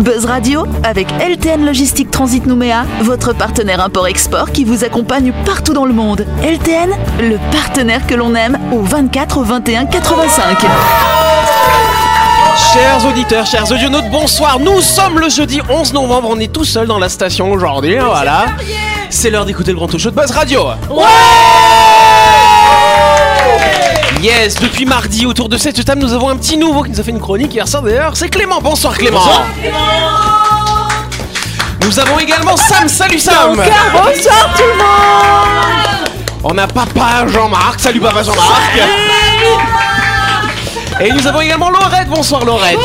Buzz Radio avec LTN Logistique Transit Nouméa, votre partenaire import-export qui vous accompagne partout dans le monde. LTN, le partenaire que l'on aime au 24 21 85. Chers auditeurs, chers audionautes, bonsoir. Nous sommes le jeudi 11 novembre. On est tout seul dans la station aujourd'hui. hein, Voilà. C'est l'heure d'écouter le grand talk show de Buzz Radio. Yes, depuis mardi, autour de cette table, nous avons un petit nouveau qui nous a fait une chronique hier soir d'ailleurs. C'est Clément. Bonsoir Clément. Nous avons également Sam. Salut Sam. Bonsoir tout le monde On a Papa Jean-Marc. Salut Papa Jean-Marc. Et nous avons également Laurette. Bonsoir Laurette.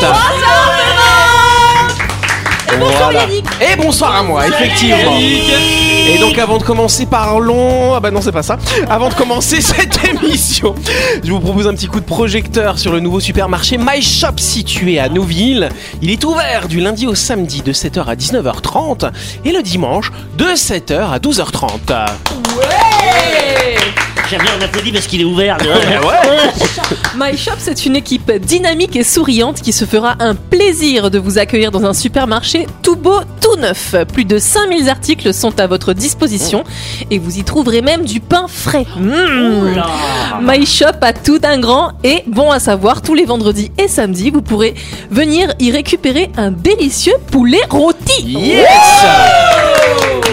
Bonsoir Yannick. Et bonsoir à moi, effectivement. Et donc avant de commencer, parlons... Ah bah non, c'est pas ça. Avant de commencer cette émission, je vous propose un petit coup de projecteur sur le nouveau supermarché My Shop situé à Nouville. Il est ouvert du lundi au samedi de 7h à 19h30 et le dimanche de 7h à 12h30. J'aime bien, on applaudit parce qu'il est ouvert. tu vois. My Shop, c'est une équipe dynamique et souriante qui se fera un plaisir de vous accueillir dans un supermarché tout beau, tout neuf. Plus de 5000 articles sont à votre disposition et vous y trouverez même du pain frais. Mmh. Oula. My Shop a tout un grand et bon à savoir, tous les vendredis et samedis, vous pourrez venir y récupérer un délicieux poulet rôti. Yes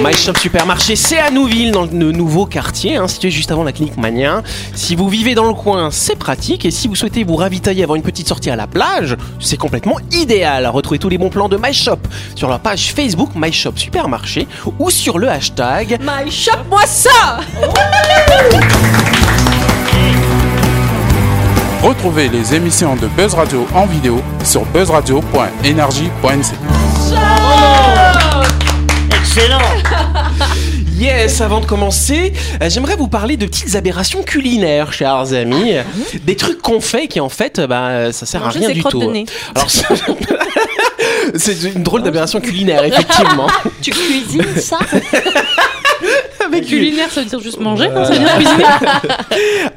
My Shop Supermarché, c'est à Nouville, dans le nouveau quartier, hein, situé juste avant la clinique Mania. Si vous vivez dans le coin, c'est pratique. Et si vous souhaitez vous ravitailler avant une petite sortie à la plage, c'est complètement idéal. Retrouvez tous les bons plans de My Shop sur la page Facebook My Shop Supermarché ou sur le hashtag My Shop, moi ça Retrouvez les émissions de Buzz Radio en vidéo sur buzzradio.energie.nc. Excellent. Yes, avant de commencer, euh, j'aimerais vous parler de petites aberrations culinaires, chers amis. Ah, Des trucs qu'on fait qui, en fait, euh, bah, euh, ça sert à Manger rien ses du crottes tout. de nez. Ah, Alors, c'est- c'est une drôle d'aberration culinaire, effectivement. Tu cuisines ça Avec Culinaire, ça veut dire juste manger. hein, Voilà. Ça veut dire cuisiner.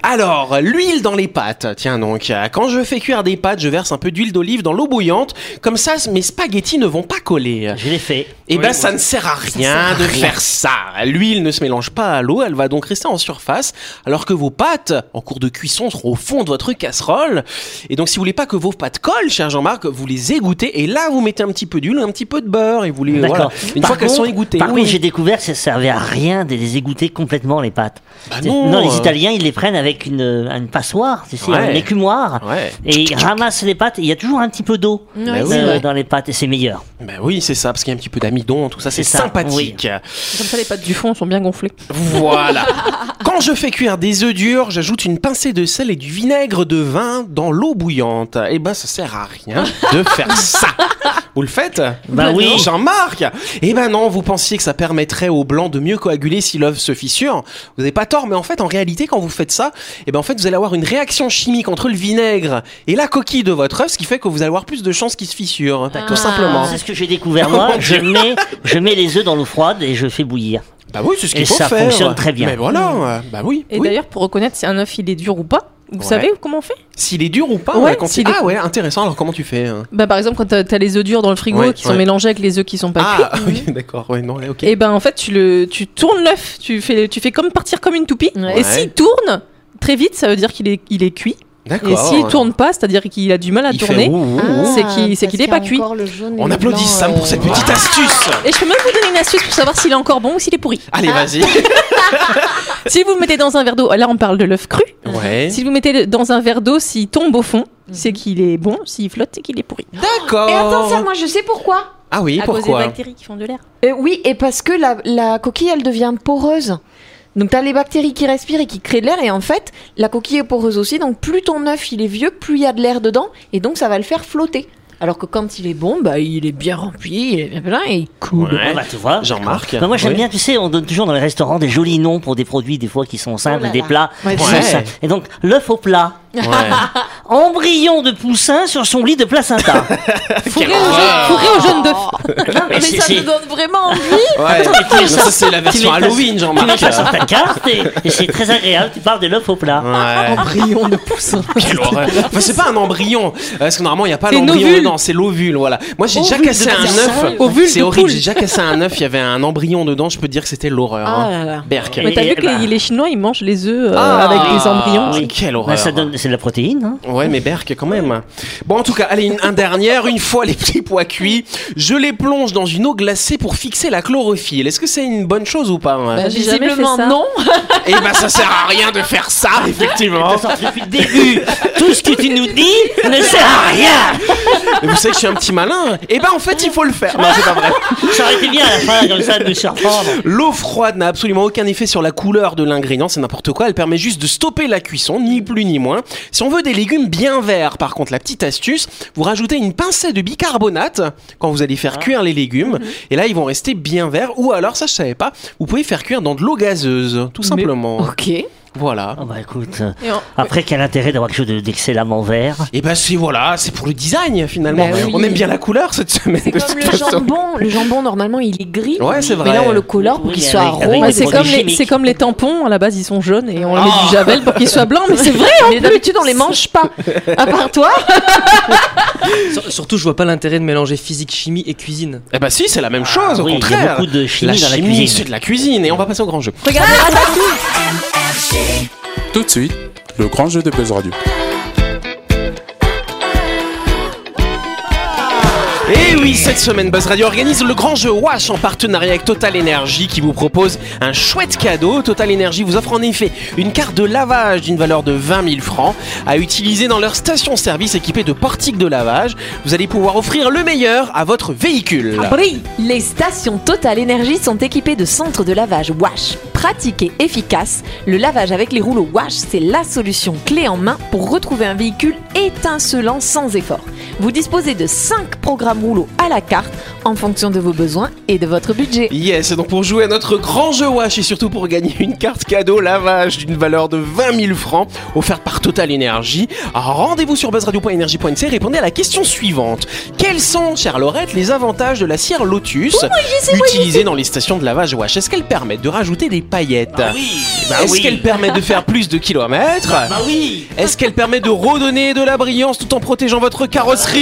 Alors, l'huile dans les pâtes. Tiens donc, euh, quand je fais cuire des pâtes, je verse un peu d'huile d'olive dans l'eau bouillante. Comme ça, mes spaghettis ne vont pas coller. Je l'ai fait. Eh ben, ça ne sert à rien de faire ça. L'huile ne se mélange pas à l'eau, elle va donc rester en surface, alors que vos pâtes, en cours de cuisson, seront au fond de votre casserole. Et donc, si vous voulez pas que vos pâtes collent, cher Jean-Marc, vous les égouttez et là, vous mettez un petit peu d'huile, un petit peu de beurre et vous les voilà. D'accord. Une Par fois qu'elles contre- sont égouttées. Par oui, contre, oui. j'ai découvert que ça servait à rien de les égoutter complètement les pâtes. Bah C'est- non, les euh. Italiens, ils les prennent avec une, euh, une passoire, tu sais, Ouais. une écumoire, Ouais. et ils ramassent les pâtes. et Il y a toujours un petit peu d'eau Bah euh, oui. vrai. dans les pâtes, et c'est meilleur. Ben oui, c'est ça, parce qu'il y a un petit peu d'amidon, tout ça, c'est C'est ça, sympathique. Comme ça, les pattes du fond sont bien gonflées. Voilà. Quand je fais cuire des œufs durs, j'ajoute une pincée de sel et du vinaigre de vin dans l'eau bouillante. Eh ben, ça sert à rien de faire ça. Vous le faites Bah oui. non. Jean-Marc Eh ben non, vous pensiez que ça permettrait au blanc de mieux coaguler si l'œuf se fissure. Vous n'avez pas tort, mais en fait, en réalité, quand vous faites ça, eh ben en fait, vous allez avoir une réaction chimique entre le vinaigre et la coquille de votre œuf, ce qui fait que vous allez avoir plus de chances qu'il se fissure, hein, Ah. tout simplement. Oh C'est ce que j'ai découvert moi. je mets, je mets les œufs dans l'eau froide et je fais bouillir. Bah oui, c'est ce qu'il Et faut ça faire. fonctionne très bien. Mais voilà, bah oui. Et oui. d'ailleurs, pour reconnaître si un œuf il est dur ou pas, vous Ouais. savez comment on fait S'il est dur ou pas, Ouais, on a quand il- s'il est- Ah ouais, intéressant. Alors comment tu fais hein Bah, par exemple, quand t'as as les œufs durs dans le frigo Ouais, qui ouais. sont mélangés avec les œufs qui sont pas Ah cuits, oui, d'accord. Ouais, non, ouais, ok. et ben en fait tu le tu tournes l'œuf, tu fais tu fais comme partir comme une toupie. Ouais. Et s'il tourne très vite, ça veut dire qu'il est il est cuit. D'accord. Et s'il ouais. tourne Ah, pas, c'est-à-dire qu'il a du mal à Il fait tourner. ouh, ouh, ouh. c'est qu'il- c'est qu'il est pas cuit. On applaudit Sam pour cette petite astuce. Et je peux même vous donner une astuce pour savoir s'il est encore bon ou s'il est pourri. Allez, vas-y. Si vous le mettez dans un verre d'eau, là on parle de l'œuf cru. Ouais. Si vous le mettez dans un verre d'eau, s'il tombe au fond, c'est qu'il est bon. S'il flotte, c'est qu'il est pourri. D'accord. Et attends, ça, moi je sais pourquoi. Ah oui, à cause des pourquoi bactéries qui font de l'air. Euh, oui, et parce que la, la coquille, elle devient poreuse. Donc t'as les bactéries qui respirent et qui créent de l'air et en fait la coquille est poreuse aussi donc plus ton œuf il est vieux plus il y a de l'air dedans et donc ça va le faire flotter alors que quand il est bon bah il est bien rempli il est bien plein et il coule Ouais. Ah bah, tu vois. Jean-Marc. Bah, moi j'aime Oui. bien, tu sais, on donne toujours dans les restaurants des jolis noms pour des produits des fois qui sont simples, Oh là des là. plats. qui sont Ouais. simples. Et donc l'œuf au plat, Ouais. embryon de poussin sur son lit de placenta. Ah, Fourré aux, jeunes- fourré aux jeunes de Non, mais, c'est- ça c'est- me donne vraiment envie. Ouais. tu mets ça, c'est la Tu mets version ta- Halloween, Tu mets Jean-Marc. ça sur ta carte et, et c'est très agréable. Tu pars de l'œuf au plat. Ouais. embryon de poussin. Quelle horreur. Enfin, c'est pas un embryon. Euh, Parce que normalement, il n'y a pas C'est une l'embryon ovule. dedans, c'est l'ovule. Voilà. Moi, j'ai déjà Ovule cassé de un poussin. œuf. Ovule C'est de horrible. poule. J'ai déjà cassé un œuf. Il y avait un embryon dedans. Je peux te dire que c'était l'horreur. Ah hein. là là. Berk. Et- Mais t'as et- vu que bah. les Chinois ils mangent les œufs euh, Ah, avec des embryons. oui. Quelle horreur. Bah, ça donne, c'est de la protéine. Hein. Ouais, mais Berk, quand même. Bon, en tout cas, allez, une, un dernière. Une fois les petits pois cuits, je les plonge dans une eau glacée pour fixer la chlorophylle. Est-ce que c'est une bonne chose ou pas ouais Bah, j'ai jamais fait Visiblement, ça. non. Eh ben, ça sert à rien de faire ça, effectivement. Ça, Depuis le début, tout ce que tu nous dis ne sert à rien. Mais vous savez que je suis un petit malin. Eh ben, en fait, il faut le faire. Non, c'est pas vrai. Ça aurait été bien à la fin, comme ça, de nous surprendre. L'eau froide n'a absolument aucun effet sur la couleur de l'ingrédient, c'est n'importe quoi. Elle permet juste de stopper la cuisson, ni plus ni moins. Si on veut des légumes bien verts, par contre, la petite astuce, vous rajoutez une pincée de bicarbonate quand vous allez Ah. faire cuire les légumes. Mhm. Et là, ils vont rester bien verts. Ou alors, ça, je savais pas, vous pouvez faire cuire dans de l'eau gazeuse, tout simplement. oh. Ok. Voilà. Ah bah écoute, euh, après quel intérêt d'avoir quelque chose de- d'excellemment vert Et ben, c'est voilà, c'est pour le design finalement. Ben Bah oui. On aime bien la couleur cette semaine. de Comme toute le façon. jambon. Le jambon, normalement, il est gris. Ouais, c'est vrai. Mais là, on le colore pour Oui, qu'il mais soit avec- avec rond. des Ouais, c'est produits comme, les, chimiques. c'est comme les tampons, à la base ils sont jaunes et on les met Ah. du javel pour qu'ils soient blancs, mais c'est vrai! Mais d'habitude, on les mange pas. À part toi. Sur- Surtout, je vois pas l'intérêt de mélanger physique, chimie et cuisine. Eh ben si, c'est la même chose, au Ah oui, il y contraire. a beaucoup de chimie la dans la chimie, cuisine. c'est de la cuisine. Et on va passer au grand jeu. Tout de suite, le grand jeu de Buzz Radio. Et Eh oui, cette semaine, Buzz Radio organise le grand jeu Wash en partenariat avec Total Energy qui vous propose un chouette cadeau. Total Energy vous offre en effet une carte de lavage d'une valeur de 20 000 francs à utiliser dans leur station-service équipée de portiques de lavage. Vous allez pouvoir offrir le meilleur à votre véhicule. Les stations Total Energy sont équipées de centres de lavage Wash. Pratique et efficace, le lavage avec les rouleaux Wash, c'est la solution clé en main pour retrouver un véhicule étincelant sans effort. Vous disposez de 5 programmes rouleaux à la carte en fonction de vos besoins et de votre budget. Yes, et donc pour jouer à notre grand jeu Wash et surtout pour gagner une carte cadeau lavage d'une valeur de 20 000 francs offerte par Total Energy, rendez-vous sur buzzradio.energie.nc et répondez à la question suivante. Quels sont, chère Laurette, les avantages de la cire Lotus Oh, utilisée dans les stations de lavage Wash Est-ce qu'elle permet de rajouter des paillettes Ah Bah Oui, Est-ce qu'elle permet de faire plus de kilomètres Bah oui Est-ce qu'elle permet de redonner de la brillance tout en protégeant votre carrosserie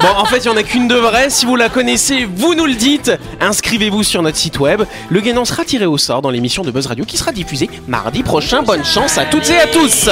Bon, en fait, il n'y en a qu'une de vraie. Si vous la connaissez, vous nous le dites. Inscrivez-vous sur notre site web. Le gagnant sera tiré au sort dans l'émission de Buzz Radio qui sera diffusée mardi prochain. Bonne chance à toutes et à tous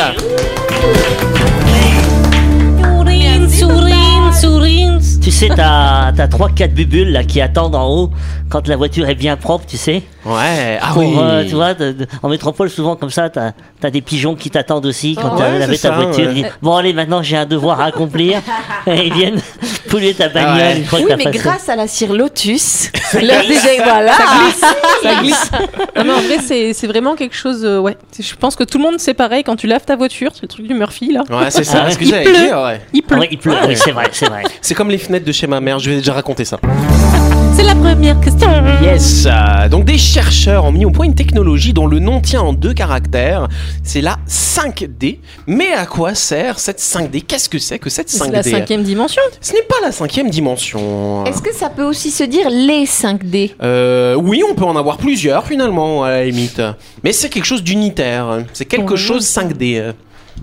Sourine, sourine, sourine. Tu sais, t'as t'as trois, quatre bubules là qui attendent en haut quand la voiture est bien propre, tu sais. Ouais, ah Pour, oui euh, tu vois, de- de- en métropole, souvent comme ça, t'as as des pigeons qui t'attendent aussi quand Ah t'as ouais, lavé c'est ça, ta voiture. ouais. Ils disent, bon, allez, maintenant j'ai un devoir à accomplir. Et ils viennent polluer ta bagnole Ah ouais. une fois que Oui, t'as mais passé. grâce à la cire Lotus, le déjà voilà. Ça glisse. Non, mais en vrai, c'est c'est vraiment quelque chose. euh, ouais, C'est- je pense que tout le monde c'est pareil quand tu laves ta voiture, c'est le truc du Murphy là. Ouais, c'est Ah ça, ouais. ce que Il j'allais pleut. dire, ouais. Il Ah pleut. ouais, il pleut, oui, c'est vrai, c'est vrai. C'est comme les fenêtres de chez ma mère, je vais déjà raconter ça. C'est la première question. Yes euh, Donc des chercheurs ont mis au point une technologie dont le nom tient en deux caractères. C'est la 5D. Mais à quoi sert cette 5D Qu'est-ce que c'est que cette C'est 5D la cinquième dimension. Ce n'est pas la cinquième dimension. Est-ce que ça peut aussi se dire les 5D Euh, oui, on peut en avoir plusieurs finalement, à la limite. Mais c'est quelque chose d'unitaire. C'est quelque Ouais. chose 5D.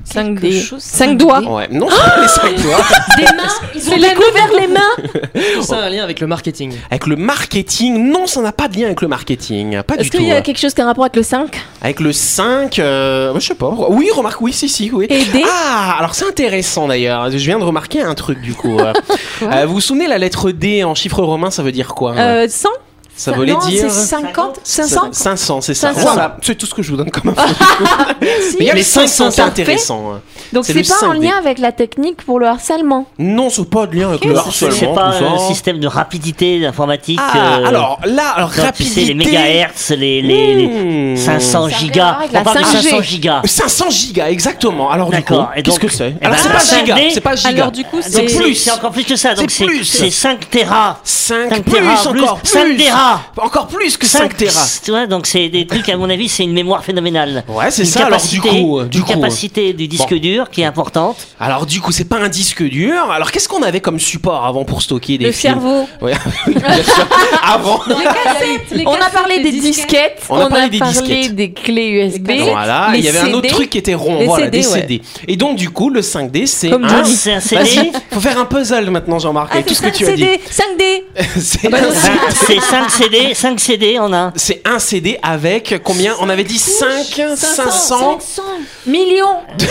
5D. chose, 5 doigts. Ouais. Non, c'est pas les hein. 5 doigts. Des mains Ils C'est la couverture. les mains Ça a un lien avec le marketing. Avec le marketing, non, ça n'a pas de lien avec le marketing. Pas du Est-ce tout. qu'il y a quelque chose qui a un rapport avec le 5 Avec le 5, euh, bah, je sais pas. Oui, remarque, oui, si, si, oui. Et D Ah, alors c'est intéressant d'ailleurs. Je viens de remarquer un truc du coup. Euh, vous vous souvenez la lettre D en chiffre romain, ça veut dire quoi hein euh, 100 Ça voulait non, dire. c'est 50 500 500, c'est ça. 500. Voilà, c'est tout ce que je vous donne comme info. Ah Mais il y a les 500, c'est Parfait. intéressant. hein. Donc C'est c'est le pas en 5D. lien avec la technique pour le harcèlement. Non, c'est pas de lien avec C'est- le C'est harcèlement. c'est pas tout ça. hein. un système de rapidité informatique. Ah, euh, alors là, alors quand tu sais, rapidité. les mégahertz, les, les, les Hmm. 500 Ça a rien à gigas. voir avec la On parle de 5G. 500 gigas. 500 gigas, exactement. Alors du coup, D'accord, et qu'est-ce donc- que c'est eh Alors ben, c'est pas la giga, 5D, c'est pas giga. Ah, Alors du coup, Donc c'est plus. c'est encore plus que ça. Donc C'est c'est plus. c'est 5 Tera. 5 5 plus Tera. encore, 5 plus. Tera. Téra Encore plus que 5 Tera. Tu vois, donc c'est des trucs, à mon avis, c'est une mémoire phénoménale. Ouais, c'est Une ça. Alors du capacité- coup, euh, du une coup, euh, capacité du disque Bon. dur qui est importante. alors du coup, c'est pas un disque dur. Alors qu'est-ce qu'on avait comme support avant pour stocker des Le films cerveau. Ouais, bien sûr. Avant. On a parlé des disquettes, On a parlé des disquettes. des clés USB. Voilà, les il y avait un autre CD. truc qui était rond, Les voilà, CD, des ouais. CD. Et donc du coup, le 5D, c'est Comme un... Johnny. C'est un CD. Hein Vas-y, faut faire un puzzle maintenant, Ah, Jean-Marc, avec Ah, tout ce que tu as dit. 5D. Ah Bah, C'est bah, Ben, un CD. C'est 5 CD, 5 CD en un. C'est un CD avec combien On avait dit 5, 500 Millions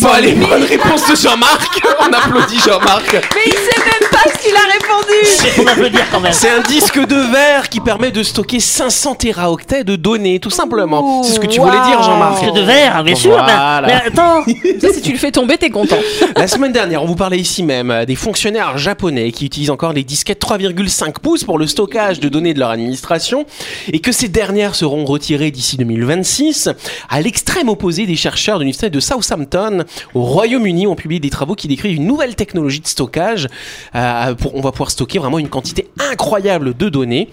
Bon, allez, bonne réponse de Jean-Marc On applaudit Jean-Marc Mais il sait même pas ce qu'il a répondu On applaudir quand même. C'est un disque de verre qui permet de stocker 500 téraoctets de données, tout simplement. C'est ce que tu voulais Wow. dire, Jean-Marc. Disque de verre, bien sûr. Voilà. ben- Mais attends, Ça, si tu le fais tomber, t'es content. La semaine dernière, on vous parlait ici même euh, des fonctionnaires japonais qui utilisent encore les disquettes 3,5 pouces pour le stockage de données de leur administration et que ces dernières seront retirées d'ici 2026. À l'extrême opposé des chercheurs de l'université de Southampton au Royaume-Uni ont publié des travaux qui décrivent une nouvelle technologie de stockage. euh, pour, on va pouvoir stocker vraiment une quantité incroyable de données.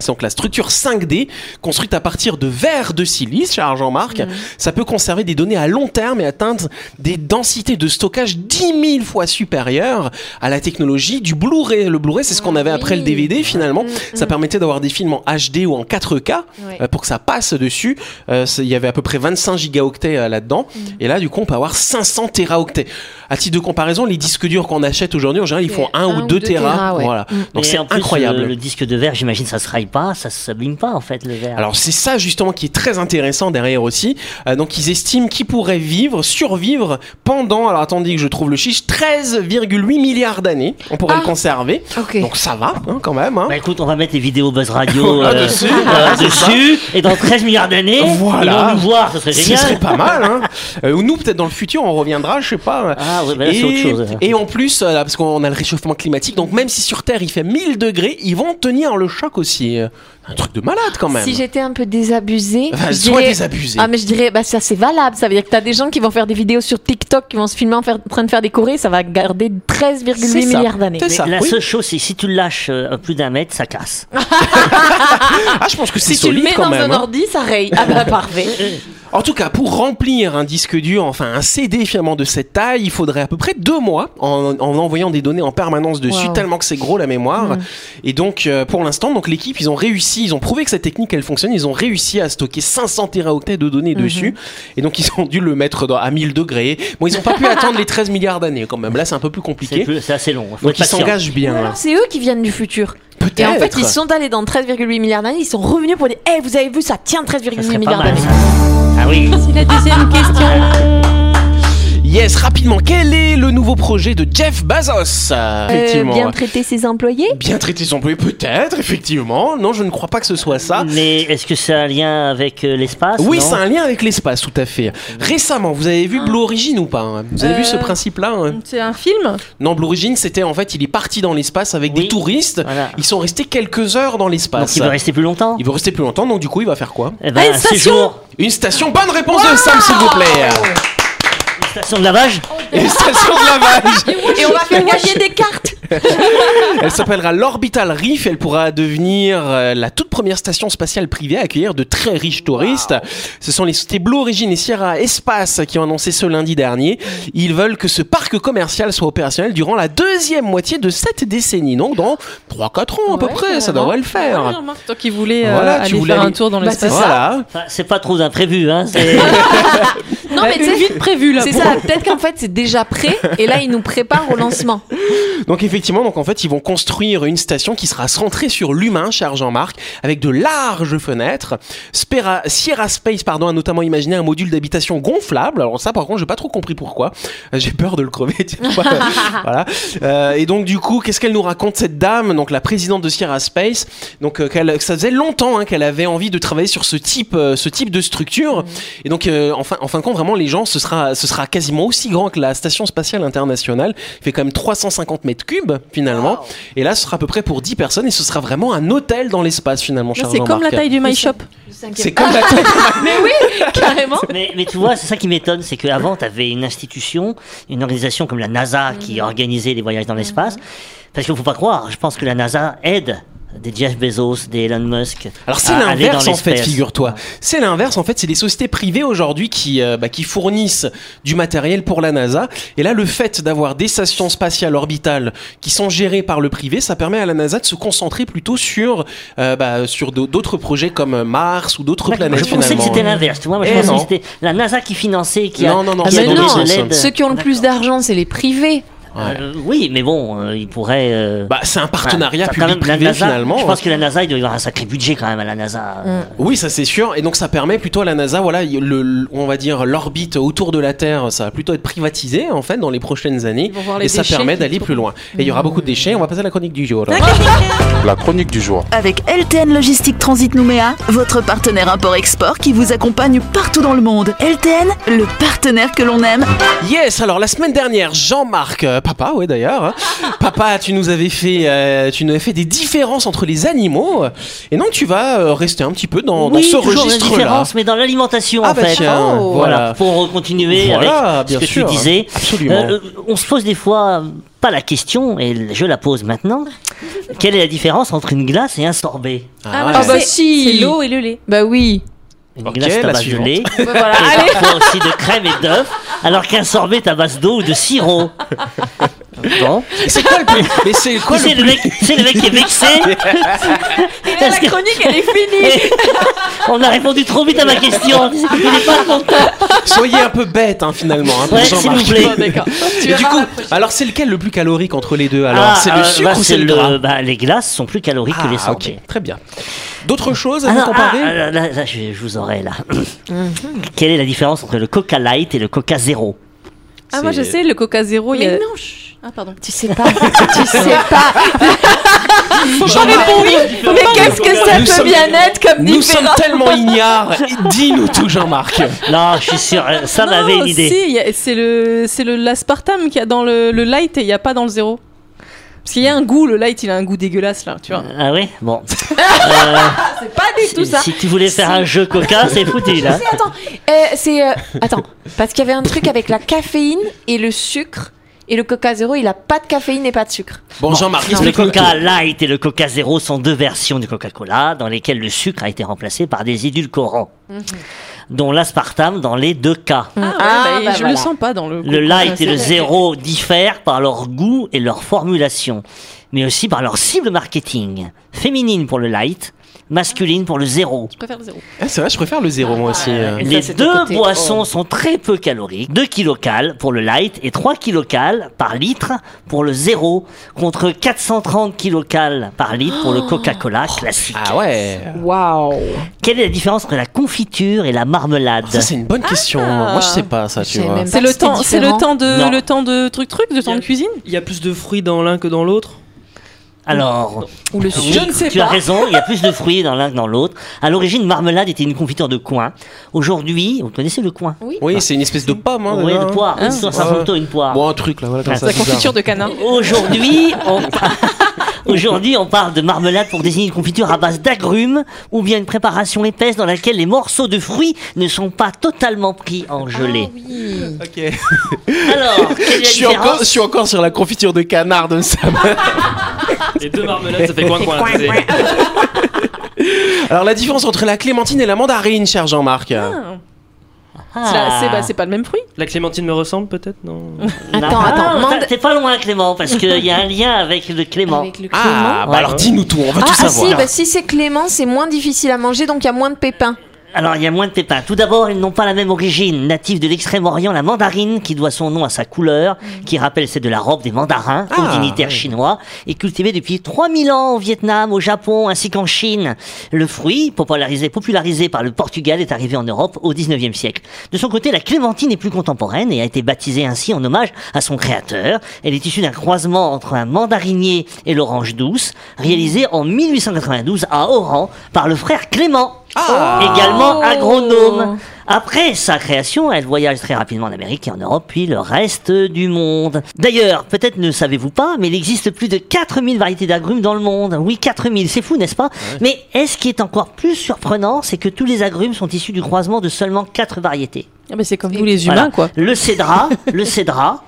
C'est donc la structure 5D, construite à partir de verre de silice, cher Jean-Marc. Mmh. Ça peut conserver des données à long terme et atteindre des densités de stockage 10 000 fois supérieures à la technologie du Blu-ray. Le Blu-ray, c'est ce Ah qu'on avait après le DVD Mmh, finalement. Ça permettait d'avoir des films en HD ou en 4K Ouais. euh, pour que ça passe dessus. Euh, c'est- Il y avait à peu près 25 gigaoctets euh, là-dedans. Mmh. Et là, du coup, on peut avoir 500 téraoctets. À titre de comparaison, les disques durs qu'on achète aujourd'hui, en général, ils font Ouais, 1 ou 2 téras. téras, ouais. Voilà. Mm. Donc Mais c'est en plus, euh, incroyable. Le, le disque de verre, j'imagine, ça se raille pas, ça s'abîme pas en fait le verre. Alors c'est ça justement qui est très intéressant derrière aussi. Euh, donc ils estiment qu'ils pourraient vivre, survivre pendant, alors attendez que je trouve le chiffre, 13,8 milliards d'années. On pourrait le Ah. conserver. Ok. Donc ça va hein, quand même. hein. Bah écoute, on va mettre les vidéos Buzz Radio Ah, euh, dessus, euh, voilà, c'est ça. dessus, et dans 13 milliards d'années, Voilà. ils vont nous voir, ce serait Ce génial. serait pas mal. Hein. Euh, ou nous peut-être dans le futur on reviendra, je sais pas. Ah ouais, bah là, c'est autre Et, chose. et en plus, euh, là, parce qu'on a le réchauffement climatique, donc même si sur Terre il fait 1000 degrés, ils vont tenir le choc aussi. Euh, Un truc de malade quand même. Si j'étais un peu désabusée, Enfin, je soit dirais- désabusé. Ah mais je dirais bah ça c'est valable, ça veut dire que t'as des gens qui vont faire des vidéos sur TikTok, qui vont se filmer en, faire- en train de faire des chorés, ça va garder 13,8 C'est ça. milliards d'années. C'est Mais ça. la oui. seule chose, c'est si tu le lâches euh, à plus d'un mètre, ça casse. Ah, je pense que c'est Si tu le solide mets quand dans même. un hein. ordi, ça raye. Ah bah parfait. En tout cas, pour remplir un disque dur, enfin un CD finalement de cette taille, il faudrait à peu près deux mois en, en envoyant des données en permanence dessus, Wow. tellement que c'est gros la Mm. mémoire. Et donc, euh, pour l'instant, donc l'équipe, ils ont réussi, ils ont prouvé que cette technique, elle fonctionne, ils ont réussi à stocker 500 téraoctets de données dessus. Mm-hmm. Et donc, ils ont dû le mettre dans- à 1000 degrés. Bon, ils n'ont pas pu attendre les 13 milliards d'années quand même. Là, c'est un peu plus C'est compliqué. plus- c'est assez long. hein. Faut Donc, être ils patient. s'engagent bien. là. C'est eux qui viennent du futur. Peut-être. Et en fait, ils sont allés dans 13,8 milliards d'années, ils sont revenus pour dire Eh, vous avez vu, ça tient 13,8 serait pas milliards mal. d'années. Ah oui. C'est la deuxième question. Yes, rapidement, quel est le nouveau projet de Jeff Bezos Euh, Euh, Effectivement. bien ouais. traiter ses employés Bien traiter son employé, peut-être, effectivement. Non, je ne crois pas que ce soit ça. Mais est-ce que c'est un lien avec euh, l'espace Oui, non Ah. c'est un lien avec l'espace, tout à fait. Récemment, vous avez vu Blue Origin ou pas hein Vous avez vu ce Euh, principe-là mm. hein C'est un film Non, Blue Origin, c'était en fait, il est parti dans l'espace avec des Oui. touristes. Voilà. Ils sont restés quelques heures dans Donc l'espace. il veut rester plus longtemps. Il veut rester plus longtemps, donc du coup, il va faire quoi Eh ben, Ah, une un station séjour, Une station. Bonne réponse de Sam, s'il vous plaît. une station de lavage. Une station de lavage. Et on va faire gagner des cartes Elle s'appellera l'Orbital Reef. Elle pourra devenir euh, la toute première station spatiale privée à accueillir de très riches touristes. Ce sont les sociétés Blue Origin et Sierra Espace qui ont annoncé ce lundi dernier. Ils veulent que ce parc commercial soit opérationnel durant la deuxième moitié de cette décennie. Donc dans 3-4 ans à peu Ouais, près, ça carrément. devrait le faire. Toi qui voulais euh, Voilà, tu aller voulais faire aller- Oh, un tour dans Bah, l'espace. c'est ça. Voilà. Enfin, c'est pas trop imprévu, hein. c'est- Non mais tu c'est sais, vite prévu là. c'est ça, peut-être qu'en fait c'est déjà prêt et là ils nous préparent au lancement. Donc effectivement, donc en fait, ils vont construire une station qui sera centrée sur l'humain, cher Jean-Marc, avec de larges fenêtres. Spera- Sierra Space, pardon, a notamment imaginé un module d'habitation gonflable. Alors ça, par contre, j'ai pas trop compris pourquoi. Euh, J'ai peur de le crever. tu vois. voilà. Euh, et donc du coup, qu'est-ce qu'elle nous raconte cette dame, donc la présidente de Sierra Space, donc euh, qu'elle- que ça faisait longtemps hein, qu'elle avait envie de travailler sur ce type, euh, ce type de structure. Mm. Et donc, euh, en, fin, en fin de compte, vraiment, les gens, ce sera, ce sera quasiment aussi grand que la station spatiale internationale. Il fait quand même 350 mètres cubes, finalement. Et là, ce sera à peu près pour 10 personnes et ce sera vraiment un hôtel dans l'espace, finalement, cher C'est comme la Jean-Marc. taille du My Shop. C'est comme la taille. Carrément Mais, mais tu vois, c'est ça qui m'étonne, c'est qu'avant, tu avais une institution, une organisation Mhm. comme la NASA qui organisait les voyages dans l'espace. Parce qu'il ne faut pas croire, je pense que la NASA aide des Jeff Bezos, des Elon Musk. Alors c'est à aller l'inverse dans en fait, l'espace. figure-toi. C'est l'inverse en fait, c'est les sociétés privées aujourd'hui qui, euh, bah, qui fournissent du matériel pour la NASA. Et là, le fait d'avoir des stations spatiales orbitales qui sont gérées par le privé, ça permet à la NASA de se concentrer plutôt sur, euh, bah, sur d'au- d'autres projets comme euh, Mars ou d'autres D'accord, planètes Je pensais que finalement. c'était l'inverse, tu vois. Moi, je Eh pensais non. que c'était la NASA qui finançait, qui Non, a, non, non, qui c'est a dans donné l'autre de sens. l'aide. Ceux qui ont le plus d'argent, c'est les privés. Euh, oui, mais bon, euh, ils pourraient. euh, Bah, c'est un partenariat enfin, quand même, la public-privé NASA, finalement. hein. Mm. Je pense que la NASA, il doit y avoir un sacré budget quand même à la NASA. euh, Oui, ça c'est sûr. Et donc ça permet plutôt à la NASA, voilà, y- le, le- on va dire l'orbite autour de la Terre, ça va plutôt être privatisé en fait dans les prochaines années. Ils vont voir les Et ça déchets permet qu'ils d'aller plus loin. Et il y aura beaucoup de déchets. On va passer à la chronique du jour. La chronique du jour. Avec LTN Logistique Transit Nouméa, votre partenaire import-export qui vous accompagne partout dans le monde. LTN, le partenaire que l'on aime. Yes. Alors la semaine dernière, Jean-Marc, euh, papa, ouais d'ailleurs, hein. papa, tu nous avais fait, euh, tu nous avais fait des différences entre les animaux. Et donc tu vas euh, rester un petit peu dans, dans oui, ce toujours une registre-là. différence, mais dans l'alimentation Ah en bah fait. tiens, Oh. voilà. Pour continuer Voilà, avec bien ce que sûr. tu disais. Absolument. Euh, on se pose des fois euh, pas la question, et je la pose maintenant. Quelle est la différence entre une glace et un sorbet Ah, Ah ouais. bah C'est- si. C'est l'eau et le lait. Bah oui. Une Ok, glace est à la base de suivante. lait, voilà, et parfois aussi de crème et d'œuf, alors qu'un sorbet est à base d'eau ou de sirop. Bon. C'est quoi le plus Mais c'est quoi le C'est le, mec, c'est le mec qui est vexé. Parce que- chronique, elle est finie. on a répondu trop vite à ma question. Il n'est pas content. Soyez un peu bête hein, finalement. hein, pour Ouais, s'il Jean-Marc. vous plaît. Et du coup, alors c'est lequel le plus calorique entre les deux Alors Ah, c'est le euh, sucre bah, ou c'est le gras bah, Les glaces sont plus caloriques que les Ah, ok, sorbets. très bien. D'autres choses à Ah, vous non, comparer ah, là, là, là, je, je vous aurai là. Mhm. Quelle est la différence entre le Coca Light et le Coca Zéro Ah, moi je C'est- sais, le coca zéro, il y a. Mais non, Ah, pardon. tu sais pas. tu sais pas. Mais Qu'est-ce que ça Nous peut sommes- bien être comme Nous différence sommes tellement ignares. Dis-nous tout, Jean-Marc. Non, je suis sûr, euh, ça Non, m'avait une idée. Si, il y a- c'est le c'est le l'aspartame qu'il y a dans le, le light et il n'y a pas dans le zéro. Parce qu'il y a un goût, le light il a un goût dégueulasse là, tu vois. Ah oui Bon. C'est pas du tout Si, ça. si tu voulais faire un jeu Coca, c'est foutu là. Mais attends, euh, c'est. euh, attends, parce qu'il y avait un truc avec la caféine et le sucre. Et le coca zéro, il a pas de caféine et pas de sucre. Bon, Jean-Marc, Le explique-nous tout. Coca Light et le Coca Zéro sont deux versions du Coca-Cola dans lesquelles le sucre a été remplacé par des édulcorants, dont l'aspartame dans les deux cas. Mhm. Ah, euh, bah, je le sens pas dans le. Le goût. light et Ouais, le c'est- zéro diffèrent par leur goût et leur formulation, mais aussi par leur cible marketing. Féminine pour le light, masculine pour le zéro. Je préfère le zéro. Ah, c'est vrai, je préfère le zéro, moi aussi. euh. Les c'est ton deux côté. Oh. boissons sont très peu caloriques, 2 kilocal pour le light et 3 kilocal par litre pour le zéro, contre 430 kilocal par litre pour le Oh. Coca-Cola classique. Ah ouais Waouh. Quelle est la différence entre la confiture et la marmelade Ah, Ça, c'est une bonne question. Ah. Moi, je sais pas, ça, tu Je sais vois. même C'est Parce le que c'était temps, c'est le différent. temps de Non. le temps de truc truc, de temps de cuisine. Il y a plus de fruits dans l'un que dans l'autre. Alors, Ou le oui, sucre. tu as raison, il y a plus de fruits dans l'un que dans l'autre. À l'origine, marmelade était une confiture de coin. Aujourd'hui, vous connaissez le coin Oui, c'est une espèce de pomme. Hein, Oui, dedans. de poire. Ah. Ça, ça Ouais. plutôt une poire. Bon, un truc, là, voilà, comme Ah, ça. La bizarre. confiture de canard. Aujourd'hui, on... Aujourd'hui, on parle de marmelade pour désigner une confiture à base d'agrumes ou bien une préparation épaisse dans laquelle les morceaux de fruits ne sont pas totalement pris en gelée. Ok. Alors, quelle est Ah Je la suis, encore, je différence suis encore sur la confiture de canard de Sam. Les deux marmelades, ça fait coin coin. Alors, la différence entre la clémentine et la mandarine, cher Jean-Marc. Ah. C'est Ah. la- C'est bah, c'est pas le même fruit. La clémentine me ressemble peut-être Non. Attends, attends, Ah, mande- t'es- T'es pas loin, Clément, parce qu'il y a un lien avec le Clément. Avec le clément. Ah, bah Ouais. alors dis-nous tout, on va Ah, tout ah, savoir. si, bah, si c'est clément, c'est moins difficile à manger, donc il y a moins de pépins. Alors, il y a moins de pépins. Tout d'abord, ils n'ont pas la même origine. Native de l'extrême-orient, la mandarine, qui doit son nom à sa couleur, qui rappelle celle de la robe des mandarins, Ah, ou dignitaires chinois, est cultivée depuis 3000 ans au Vietnam, au Japon, ainsi qu'en Chine. Le fruit, popularisé, popularisé par le Portugal, est arrivé en Europe au 19e siècle. De son côté, la clémentine est plus contemporaine et a été baptisée ainsi en hommage à son créateur. Elle est issue d'un croisement entre un mandarinier et l'orange douce, réalisé en 1892 à Oran par le frère Clément Ah. également agronome. Après sa création, elle voyage très rapidement en Amérique et en Europe, puis le reste du monde. D'ailleurs, peut-être ne savez-vous pas, mais il existe plus de 4000 variétés d'agrumes dans le monde. Oui, 4000, c'est fou, n'est-ce pas Mais est ce qui est encore plus surprenant, c'est que tous les agrumes sont issus du croisement de seulement 4 variétés. Ah, bah, c'est comme nous les Voilà. humains quoi. Le cédra, le cédra,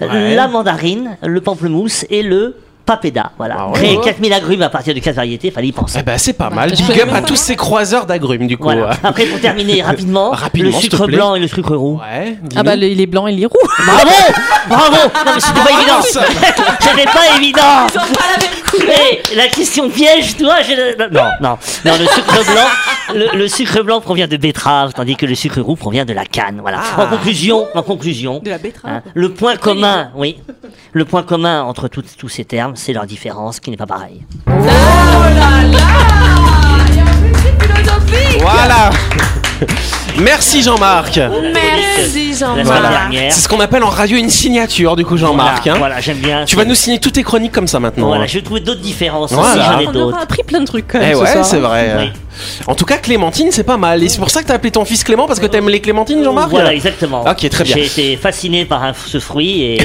la mandarine, le pamplemousse et le papeda. Voilà. Ah ouais. Créer 4000 agrumes à partir de 4 variétés, fallait y penser. Eh ben, c'est pas mal. je Big peux up même à pas. tous ces croiseurs d'agrumes, du coup. Voilà. Après, pour terminer rapidement, Rapidement, le s'il te sucre plaît. blanc et le sucre roux. Ouais. Ah bah, les, les blancs et les roux. Bravo Bravo Non mais c'était pas évident C'était pas évident Ils ont pas la même couleur. Eh, la question piège, toi, je... Non, non, non, le sucre blanc, le, le sucre blanc provient de betterave, tandis que le sucre roux provient de la canne, voilà. En conclusion, en conclusion, De la betterave. hein, le point commun, oui, le point commun entre toutes- tous ces termes, c'est leur différence qui n'est pas pareille. Voilà. Merci Jean-Marc. Merci La Jean-Marc. semaine dernière, C'est ce qu'on appelle en radio une signature, du coup, Jean-Marc. voilà, hein. voilà, j'aime bien. Tu vas nous signer toutes tes chroniques comme ça maintenant. Voilà, je vais trouver d'autres différences Voilà. aussi, j'en ai On aura ah, d'autres. appris plein de trucs quand même. Eh ce ouais, soir. c'est vrai. Oui. En tout cas, Clémentine, c'est pas mal. Et c'est pour ça que t'as appelé ton fils Clément parce que t'aimes les clémentines, Jean-Marc Voilà, exactement. Ok, Ah, très bien. J'ai été fasciné par un- ce fruit et.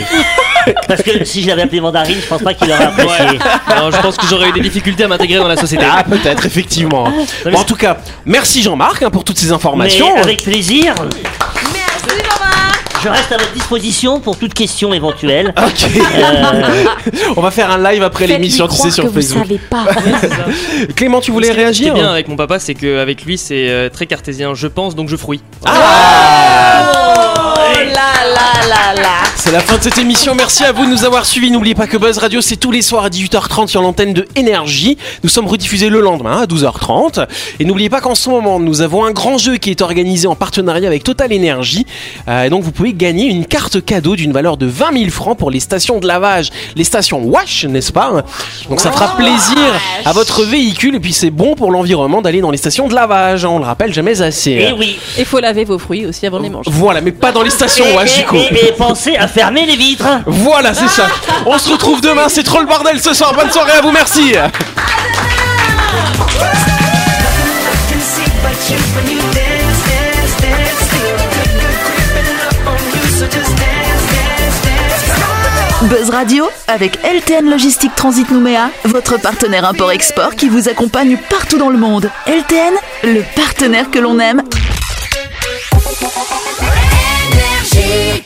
Parce que si je l'avais appelé mandarine, je pense pas qu'il aurait apprécié. Alors, je pense que j'aurais eu des difficultés à m'intégrer dans la société. Ah, peut-être, effectivement. Bon, en tout cas, merci Jean-Marc hein, pour toutes ces Mais informations. avec plaisir. Ah. Je reste à votre disposition pour toute question éventuelle. Ok. Euh, On va faire un live après Faites-lui l'émission, tu sais, croire sur que vous Facebook. savez pas. Clément, tu voulais Ce qui est réagir hein bien avec mon papa, c'est qu'avec lui, c'est euh, très cartésien. Je pense, donc je fruis. C'est la fin de cette émission. Merci à vous de nous avoir suivis. N'oubliez pas que Buzz Radio, c'est tous les soirs à 18h30 sur l'antenne de Énergie. Nous sommes rediffusés le lendemain à 12h30. Et n'oubliez pas qu'en ce moment, nous avons un grand jeu qui est organisé en partenariat avec Total Énergie. Euh, et donc, vous pouvez gagner une carte cadeau d'une valeur de 20 000 francs pour les stations de lavage, les stations wash, n'est-ce pas Donc, ça Oh, fera plaisir à votre véhicule. Et puis, c'est bon pour l'environnement d'aller dans les stations de lavage. hein. On le rappelle jamais assez. hein. et oui. Et faut laver vos fruits aussi avant de les manger. Voilà, mais pas dans les stations Et, wash, du coup. et- et- et pensez à fermer les vitres. Voilà, c'est ça. On se retrouve demain, c'est trop le bordel ce soir. Bonne soirée à vous, merci. Buzz Radio avec LTN Logistique Transit Nouméa, votre partenaire import-export qui vous accompagne partout dans le monde. LTN, le partenaire que l'on aime Energy.